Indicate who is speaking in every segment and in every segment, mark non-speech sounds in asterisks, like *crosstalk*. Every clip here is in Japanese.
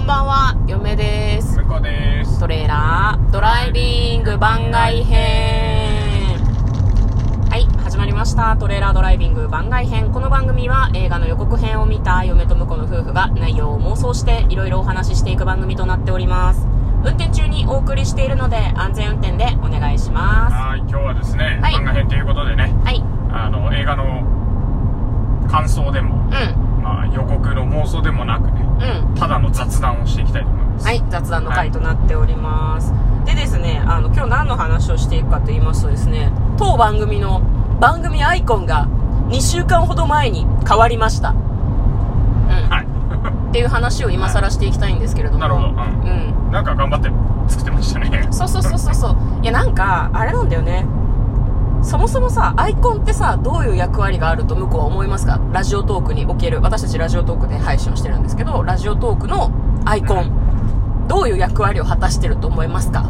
Speaker 1: んばんは、嫁です。
Speaker 2: 向こうです
Speaker 1: トレーラードライビング番外編。はい、始まりました。トレーラードライビング番外編。この番組は映画の予告編を見た嫁と婿の夫婦が内容を妄想していろいろお話ししていく番組となっております。運転中にお送りしているので安全運転でお願いしま
Speaker 2: はい今日はですね、
Speaker 1: はい
Speaker 2: 漫画編ということでね
Speaker 1: す。はい。
Speaker 2: あの映画の感想でも、
Speaker 1: う
Speaker 2: まあ、予告の妄想でもなくね
Speaker 1: ん。うん。
Speaker 2: ただの雑談をしていきたいと思います
Speaker 1: はい、雑談の回となっております。でですね、あの、今日何の話をしていくかと言いますとですね、当番組の番組アイコンが2週間ほど前に変わりました。うん。
Speaker 2: は
Speaker 1: っていう話を今更していきたいんですけれども。
Speaker 2: なるほどうん
Speaker 1: うん。
Speaker 2: い *laughs* なんか頑張って作ってましたね
Speaker 1: そうそうそうそうそう。いや、なんか、あれなんだよね。そもそもさ、アイコンってさ、どういう役割があると向こうは思いますかラジオトークにおける、私たちラジオトークで配信をしてるんですけど、ラジオトークのアイコン、どういう役割を果たしてると思いますか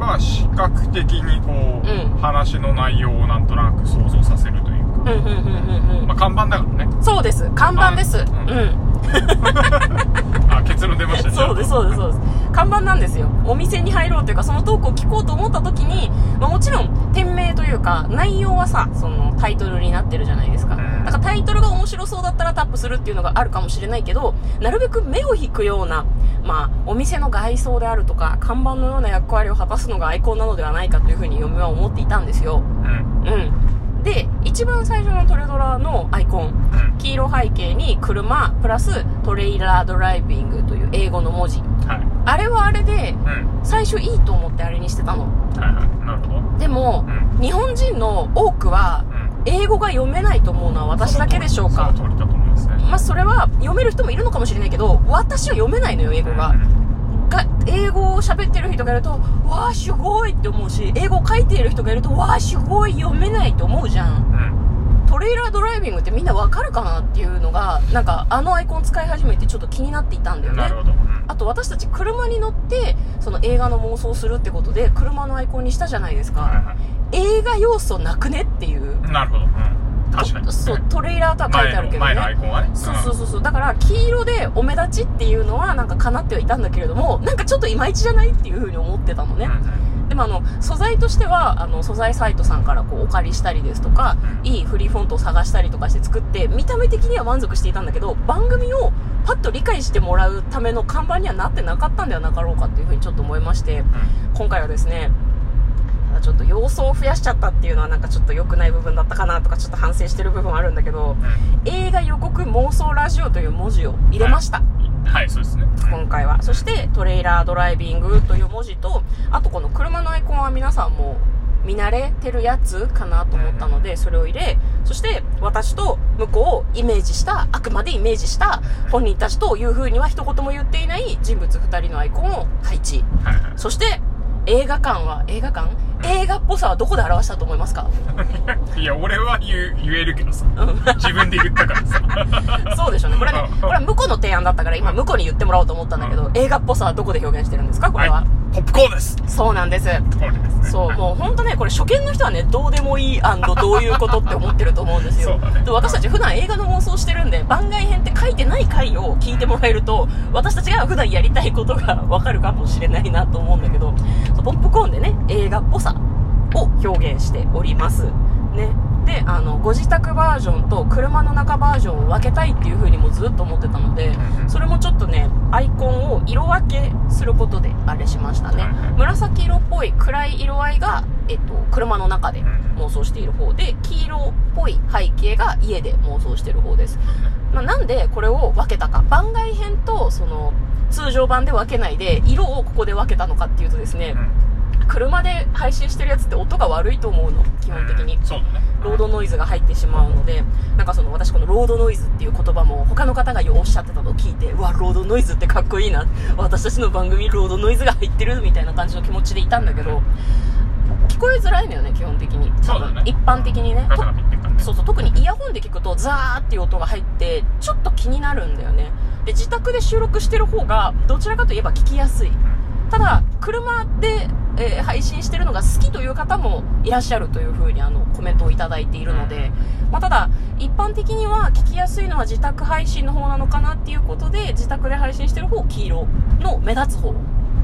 Speaker 2: まあ視覚的にこう、
Speaker 1: うん
Speaker 2: 話の内容をなんとなく想像させるという
Speaker 1: うんうんうんうんう
Speaker 2: か、
Speaker 1: ん
Speaker 2: まあ、看板だからね
Speaker 1: そうです看板ですう
Speaker 2: 看板
Speaker 1: ん
Speaker 2: あ結論出ましたね
Speaker 1: そうですそうですそううです看板なんですよお店に入ろうというかそのトークを聞こうと思った時に、まあ、もちろん店名というか内容はさそのタイトルになってるじゃないですか
Speaker 2: う
Speaker 1: だ
Speaker 2: ん
Speaker 1: からタイトルが面白そうだったらタップするっていうのがあるかもしれないけどなるべく目を引くようなまあお店の外装であるとか看板のような役割を果たすのがアイコンなのではないかというふうに嫁は思っていたんですよ
Speaker 2: うん
Speaker 1: うんで一番最初のトレドラのアイコン
Speaker 2: うん
Speaker 1: 黄色背景に車プラストレイラードライビングという英語の文字
Speaker 2: はい
Speaker 1: あれはあれで
Speaker 2: うん
Speaker 1: 最初いいと思ってあれにしてたの
Speaker 2: はいはいなるほど
Speaker 1: でも
Speaker 2: うん
Speaker 1: 日本人の多くは
Speaker 2: うん
Speaker 1: 英語が読めないと思うのは私だけでしょうか
Speaker 2: その通りその通りだと思いますね
Speaker 1: まあそれは読める人もいるのかもしれないけど私は読めないのよ英語がが英語を喋ってる人がいるとわあすごいって思うし英語を書いている人がいるとわあすごい読めないと思うじゃん
Speaker 2: うんうん
Speaker 1: トレーラードライビングってみんなわかるかなっていうのがなんかあのアイコン使い始めてちょっと気になっていたんだよ
Speaker 2: なる
Speaker 1: ね
Speaker 2: ほど、うん
Speaker 1: あと私たち車に乗ってその映画の妄想をするってことで車のアイコンにしたじゃないです
Speaker 2: は
Speaker 1: か、
Speaker 2: いは
Speaker 1: 映画要素なくねっていう
Speaker 2: いなるほど、うん、確かに
Speaker 1: そうトレーラーとは書いてあるけど
Speaker 2: 前の前のア
Speaker 1: ね
Speaker 2: イコンはね
Speaker 1: そうそうそうそうだから黄色でお目立ちっていうのはなんかかなってはいたんだけれどもなんかちょっといまいちじゃないっていうふうに思ってたのね、
Speaker 2: うん
Speaker 1: でもあの素材としてはあの素材サイトさんからこうお借りしたりですとか
Speaker 2: うん
Speaker 1: いいフリーフォントを探したりとかして作って見た目的には満足していたんだけど番組をパッと理解してもらうための看板にはなってなかったんではなかろうかっていうふうにちょっと思いまして今回はですねただちょっと要素を増やしちゃったっていうのはなんかちょっと良くない部分だったかなとかちょっと反省してる部分はあるんだけど映画予告妄想ラジオという文字を入れました
Speaker 2: うんはいそうですね
Speaker 1: 今回はそしてトレーラードライビングという文字とあとこの車のアイコンは皆さんもう見慣れてるやつかなと思ったのでそれを入れそして私と向こうをイメージしたあくまでイメージした本人たちというふうには一言も言っていない人物2人のアイコンを配置
Speaker 2: はいはい
Speaker 1: そして映画館は映画館映画っぽさはどこで表したと思います *laughs* か
Speaker 2: いや、俺は言う言えるけどさ。自分で言ったから
Speaker 1: *laughs*
Speaker 2: さ。
Speaker 1: そうでしょうねこれはねこれは向こうの提案だったから今向こうに言ってもらおうと思ったんだけど映画っぽさはどこで表現してるんですかこれは、
Speaker 2: い。ポップコーンです。
Speaker 1: そうなんです
Speaker 2: そうですね。
Speaker 1: そう、もう本当ね、これ初見の人はね、どうでもいいどういうことって思ってると思うんです
Speaker 2: そ
Speaker 1: よ。
Speaker 2: うだね
Speaker 1: で私たち普段映画の妄想してるんで、番外編って書いてない回を聞いてもらえると、私たちが普段やりたいことがわかるかもしれないなと思うんだけど、そうポップコーンでね、映画っぽさを表現しております。ね。で、あの、ご自宅バージョンと車の中バージョンを分けたいっていう風にもずっと思ってたので、それもちょっとねアイコンを色分けすることであれしましたね
Speaker 2: はいはい
Speaker 1: 紫色っぽい暗い色合いが、えっと、車の中で妄想している方で黄色っぽい背景が家で妄想している方です、まあ、なんでこれを分けたか番外編とその通常版で分けないで色をここで分けたのかっていうとですね車で配信してるやつって音が悪いと思うの基本的に
Speaker 2: うんそうだね。
Speaker 1: ロードノイズが入ってしまうのでなんかその私このロードノイズっていう言葉も他の方がおっしゃってたのを聞いてうわロードノイズってかっこいいな私たちの番組ロードノイズが入ってるみたいな感じの気持ちでいたんだけど聞こえづらいのよね基本的に
Speaker 2: そうだね
Speaker 1: 一般的にね
Speaker 2: ガタガタ言ってるからね。
Speaker 1: そうそう特にイヤホンで聞くとザーっていう音が入ってちょっと気になるんだよねで自宅で収録してる方がどちらかといえば聞きやすいただ車で、えー配信してるのが好きという方もいらっしゃるというふうにあのコメントをいただいているので、まあ、ただ一般的には聞きやすいのは自宅配信の方なのかなっていうことで自宅で配信してる方を黄色の目立つ方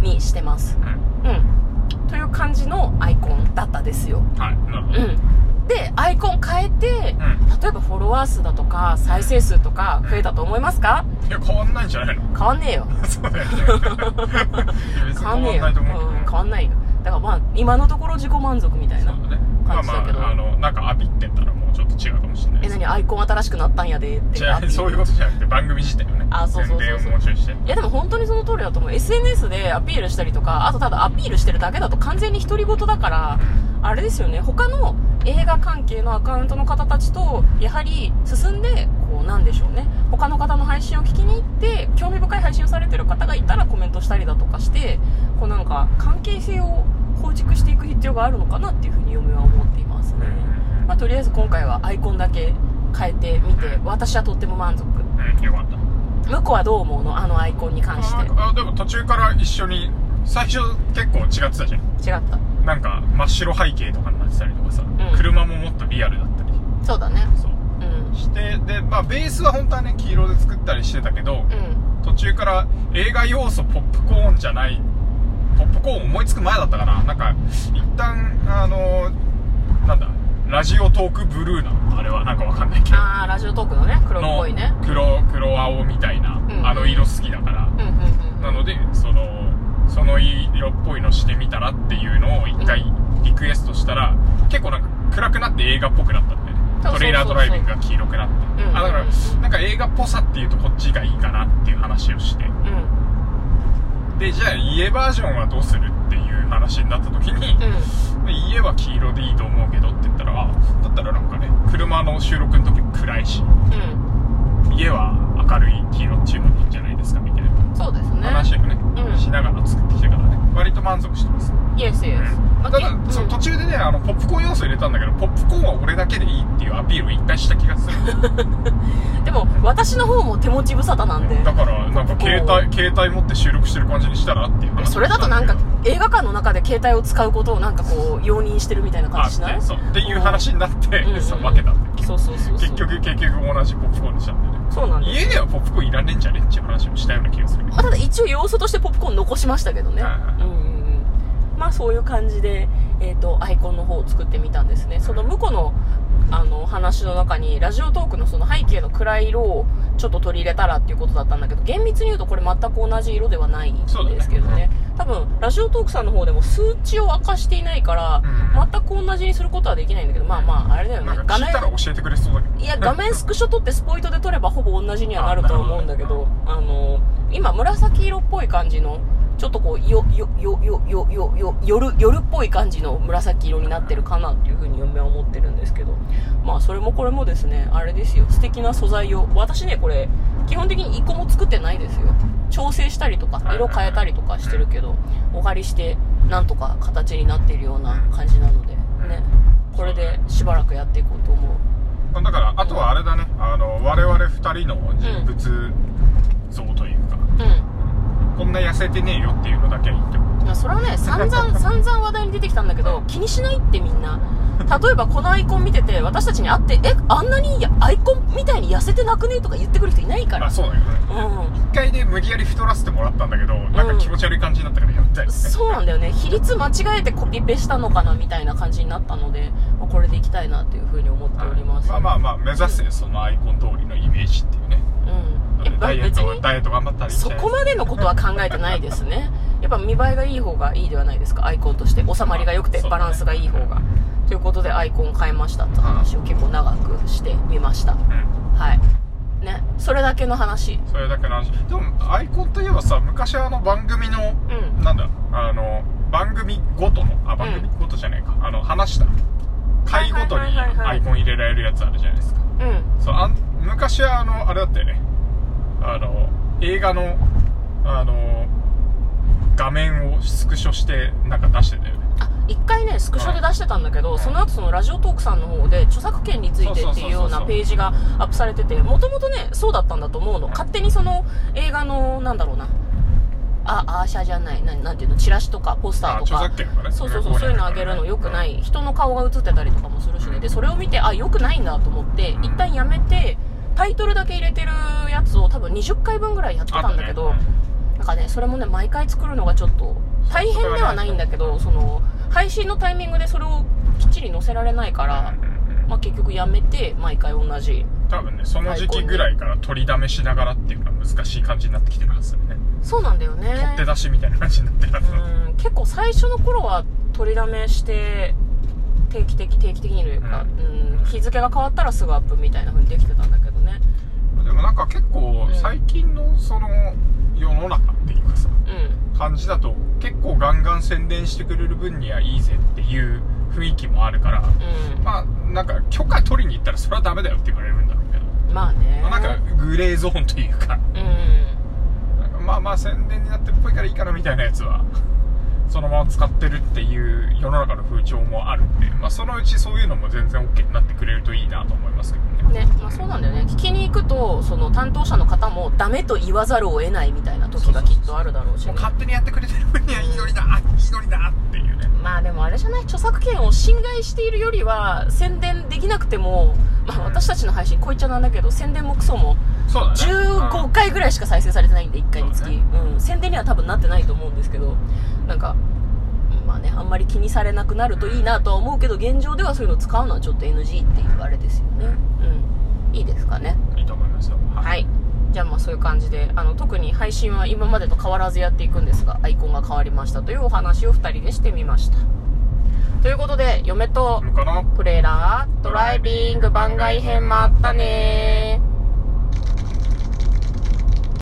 Speaker 1: にしてます
Speaker 2: うん
Speaker 1: うんという感じのアイコンだったですよ
Speaker 2: はいなるほ
Speaker 1: う
Speaker 2: ど
Speaker 1: んでアイコン変えて
Speaker 2: うん
Speaker 1: 例えばフォロワー数だとか再生数とか増えたと思いますか
Speaker 2: いや変わんないんじゃないの *laughs*
Speaker 1: 変わんねえよ
Speaker 2: そ
Speaker 1: *laughs*
Speaker 2: うだよねいや別に
Speaker 1: 変わん
Speaker 2: 変
Speaker 1: ねえ
Speaker 2: わん
Speaker 1: よ
Speaker 2: ないと思う
Speaker 1: うん
Speaker 2: け
Speaker 1: 変
Speaker 2: ど
Speaker 1: わんないよだからまあ今のところ自己満足みたいな
Speaker 2: そうだねまあ
Speaker 1: 感じ
Speaker 2: ま
Speaker 1: だけど
Speaker 2: ああのなんかアピってったらもうちょっと違うかもしれない
Speaker 1: え
Speaker 2: です
Speaker 1: 何アイコン新しくなったんやでって
Speaker 2: じゃ *laughs*
Speaker 1: アピー
Speaker 2: あ
Speaker 1: ル
Speaker 2: そういうことじゃなくて番組自体をね
Speaker 1: あそうそうそうそう
Speaker 2: 宣伝をもうちょいして
Speaker 1: いやでも本当にその通りだと思う SNS でアピールしたりとかあとただアピールしてるだけだと完全に独り言だからあれですよね他の映画関係のアカウントの方たちとやはり進んでこうなんでしょうね他の方の配信を聞きに行って興味深い配信をされてる方がいたらコメントしたりだとかしてこうなんか関係性を構築していく必要があるのかなっていうふうに嫁は思っていますね、まあ、とりあえず今回はアイコンだけ変えてみて私はとっても満足
Speaker 2: うんよかった
Speaker 1: 向こうはどう思うのあのアイコンに関して
Speaker 2: ああでも途中から一緒に最初結構違ってたじゃ
Speaker 1: 違
Speaker 2: ん
Speaker 1: った
Speaker 2: なんか真っ白背景とかになってたりとかさ、
Speaker 1: ん
Speaker 2: 車ももっとリアルだったり
Speaker 1: そうだね
Speaker 2: そう
Speaker 1: うん
Speaker 2: してでまあベースは本当はね黄色で作ったりしてたけど、
Speaker 1: うん
Speaker 2: 途中から映画要素ポップコーンじゃないポップコーン思いつく前だったかななんか一旦あのなんだラジオトークブルーなのあれはなんかわかんないけど
Speaker 1: ああラジオトークのね黒っぽいね
Speaker 2: の黒黒青みたいな、
Speaker 1: ん
Speaker 2: あの色好きだから、
Speaker 1: うんうんうん
Speaker 2: なのでそのその色っぽいのしてみたらっていうのを一回リクエストしたら、結構なんか暗くなって映画っぽくなったんだ
Speaker 1: そう
Speaker 2: よね
Speaker 1: そうそうそう
Speaker 2: トレーラードライビングが黄色くなって、
Speaker 1: うん
Speaker 2: あだからなんか映画っぽさっていうとこっちがいいかなっていう話をして
Speaker 1: うん
Speaker 2: でじゃあ家バージョンはどうするっていう話になった時に、
Speaker 1: う
Speaker 2: 家は黄色でいいと思うけどって言ったらあだったらなんかね車の収録の時も暗いし
Speaker 1: ん
Speaker 2: 家は明るい黄色っていうのもいいんじゃないですかみたいな
Speaker 1: うんそうですね
Speaker 2: 話をね、
Speaker 1: うん
Speaker 2: しながら作ってきたからね割と満足してます、
Speaker 1: イエスイエス
Speaker 2: ただその途中でねあのポップコーン要素入れたんだけどポップコーンは俺だけでいいっていうアピールを一回した気がする
Speaker 1: でも私の方も手持ち無沙汰なんで
Speaker 2: だからなんか携帯携帯持って収録してる感じにしたらっていう話
Speaker 1: それだとなんか映画館の中で携帯を使うことをなんかこう容認してるみたいな
Speaker 2: あ
Speaker 1: 感じしない
Speaker 2: ねそうっていう話になって、
Speaker 1: うんうん
Speaker 2: そう負けたんで
Speaker 1: そうそうそうそう
Speaker 2: 結局結局同じポップコーンにしたんでね
Speaker 1: そうなんです
Speaker 2: 家ではポップコーンいらねえんじゃねっていう話をしたような気がするけど
Speaker 1: まあただ一応要素としてポップコーン残しましたけどね
Speaker 2: はいはい
Speaker 1: うんうんうんまあそういう感じで、えー、とアイコンの方を作ってみたんですねその向こうのあの話の中にラジオトークのその背景の暗い色をちょっと取り入れたらっていうことだったんだけど厳密に言うとこれ全く同じ色ではないんです
Speaker 2: そうだね
Speaker 1: けどね多分ラジオトークさんの方でも数値を明かしていないから
Speaker 2: うん
Speaker 1: 全く同じにすることはできないんだけどまあまああれだよね
Speaker 2: なんか聞いたら教えてくれそうだけど
Speaker 1: いや、画面スクショ撮ってスポイトで撮ればほぼ同じにはなるとは思うんだけど、あの、今紫色っぽい感じの、ちょっとこう、よ、よ、よ、よ、よ、よ、よ、夜、夜っぽい感じの紫色になってるかなっていうふうに嫁は思ってるんですけど、まあそれもこれもですね、あれですよ、素敵な素材を、私ね、これ、基本的に一個も作ってないですよ。調整したりとか、色変えたりとかしてるけど、お借りして、なんとか形になっているような感じなので、ね、これでしばらくやっていこうと思う。
Speaker 2: だからあとはあれだねあの我々2人の人物像という
Speaker 1: う
Speaker 2: か、
Speaker 1: ん。
Speaker 2: こんな痩せてねえよっていうのだけは言っても
Speaker 1: いやそれはね散々
Speaker 2: *laughs*
Speaker 1: 散々話題に出てきたんだけど気にしないってみんな例えばこのアイコン見てて私たちに会って「えあんなにやアイコンみたいに痩せてなくね?」とか言ってくる人いないから
Speaker 2: あそうだよね
Speaker 1: う
Speaker 2: 一回で無理やり太らせてもらったんだけどなんか気持ち悪い感じになったからやったい
Speaker 1: んそうなんだよね比率間違えてコピペしたのかなみたいな感じになったのでまあこれでいきたいなっていうふうに思っております、
Speaker 2: まあまあまあ目指せそのアイコン通りのイメージっていうね
Speaker 1: うんえ
Speaker 2: ダイエッ
Speaker 1: 別
Speaker 2: ト
Speaker 1: に
Speaker 2: ダイエット頑張ったりし
Speaker 1: そ
Speaker 2: て
Speaker 1: こまでのことは考えてないですねやっぱ見栄えがいい方がいいではないですかアイコンとして収まりが良くて
Speaker 2: そうだ
Speaker 1: バラ
Speaker 2: ね
Speaker 1: ンスがいい方がということでアイコン変えましたって話を結構長くしてみました
Speaker 2: うん
Speaker 1: はいねそれだけの話
Speaker 2: それだけの話でもアイコンといえばさ昔あの番組の
Speaker 1: うん
Speaker 2: なんだあの番組ごとのあ番組ごとじゃないか、あの話した回ごと
Speaker 1: はい
Speaker 2: に
Speaker 1: はいはいはい
Speaker 2: アイコン入れられるやつあるじゃないですか
Speaker 1: うん
Speaker 2: そうあん昔はあのあれだったよねあの映画のあの画面をスクショしてなんか出してたよね
Speaker 1: あ一回ねスクショで出してたんだけど、
Speaker 2: はい
Speaker 1: その後そのラジオトークさんの方で著作権についてっていうよう
Speaker 2: そうそうそうそう
Speaker 1: な
Speaker 2: そう
Speaker 1: ページがアップされててもともとねそうだったんだと思うの
Speaker 2: うん
Speaker 1: 勝手にその映画のなんだろうなあアーシャじゃないななんていうのチラシとかポスターとか
Speaker 2: あ著作権とかね
Speaker 1: そうそうそうそういうのあげるのよくない人の顔が映ってたりとかもするしねでそれを見てあよくないんだと思って一旦やめてタイトルだけ入れてるやつを多分20回分ぐらいやってたんだけど
Speaker 2: あったね
Speaker 1: なんかねそれもね毎回作るのがちょっと大変ではないんだけどその配信のタイミングでそれをきっちり載せられないから、まあ、結局やめて毎回同じ
Speaker 2: 多分ねその時期ぐらいから取りだめしながらっていうのは難しい感じになってきてるはずだよね
Speaker 1: そうなんだよね
Speaker 2: 手出しみたいな感じになってるはずだ、
Speaker 1: うん結構最初の頃は取りだめして定期的定期的にというか、うん日付が変わったらすぐアップみたいな風にできてたんだけどね
Speaker 2: でもなんか結構
Speaker 1: うん
Speaker 2: 最近のその世の中っていうかさ
Speaker 1: うん
Speaker 2: 感じだと結構ガンガン宣伝してくれる分にはいいぜっていう雰囲気もあるから
Speaker 1: う
Speaker 2: まあなんか許可取りに行ったらそれはダメだよって言われるんだろうけど、
Speaker 1: んまあね
Speaker 2: まあ、なんかグレーゾーンというか
Speaker 1: うん
Speaker 2: なんかまあまあ宣伝になってるっぽいからいいかなみたいなやつはそのまま使ってるっていう世の中の風潮もあるんで、まあ、そのうちそういうのも全然 OK になってくれるといいなと思いますけどね
Speaker 1: ねまあ、そうなんだよね聞きに行くとその担当者の方もダメと言わざるを得ないみたいな時がきっとあるだろうしね
Speaker 2: もう勝手にやってくれてる分にはいいのにだいいのにだっていうね
Speaker 1: まあでもあれじゃない著作権を侵害しているよりは宣伝できなくても、まあ、私たちの配信こう言っちゃなんだけど宣伝もクソも
Speaker 2: そうだね
Speaker 1: 15回ぐらいしか再生されてないんで1回につきう、
Speaker 2: そうね
Speaker 1: ん、宣伝には多分なってないと思うんですけどなんかまあねあんまり気にされなくなるといいなとは思うけど現状ではそういうの使うのはちょっと NG っていうあれですよねうんいいですかね
Speaker 2: うんいいと思いますよ
Speaker 1: はいいじゃあまあそういう感じであの特に配信は今までと変わらずやっていくんですがアイコンが変わりましたというお話を2人でしてみましたということで嫁と
Speaker 2: 向こうの
Speaker 1: トレーラードライビング番外編もあったねー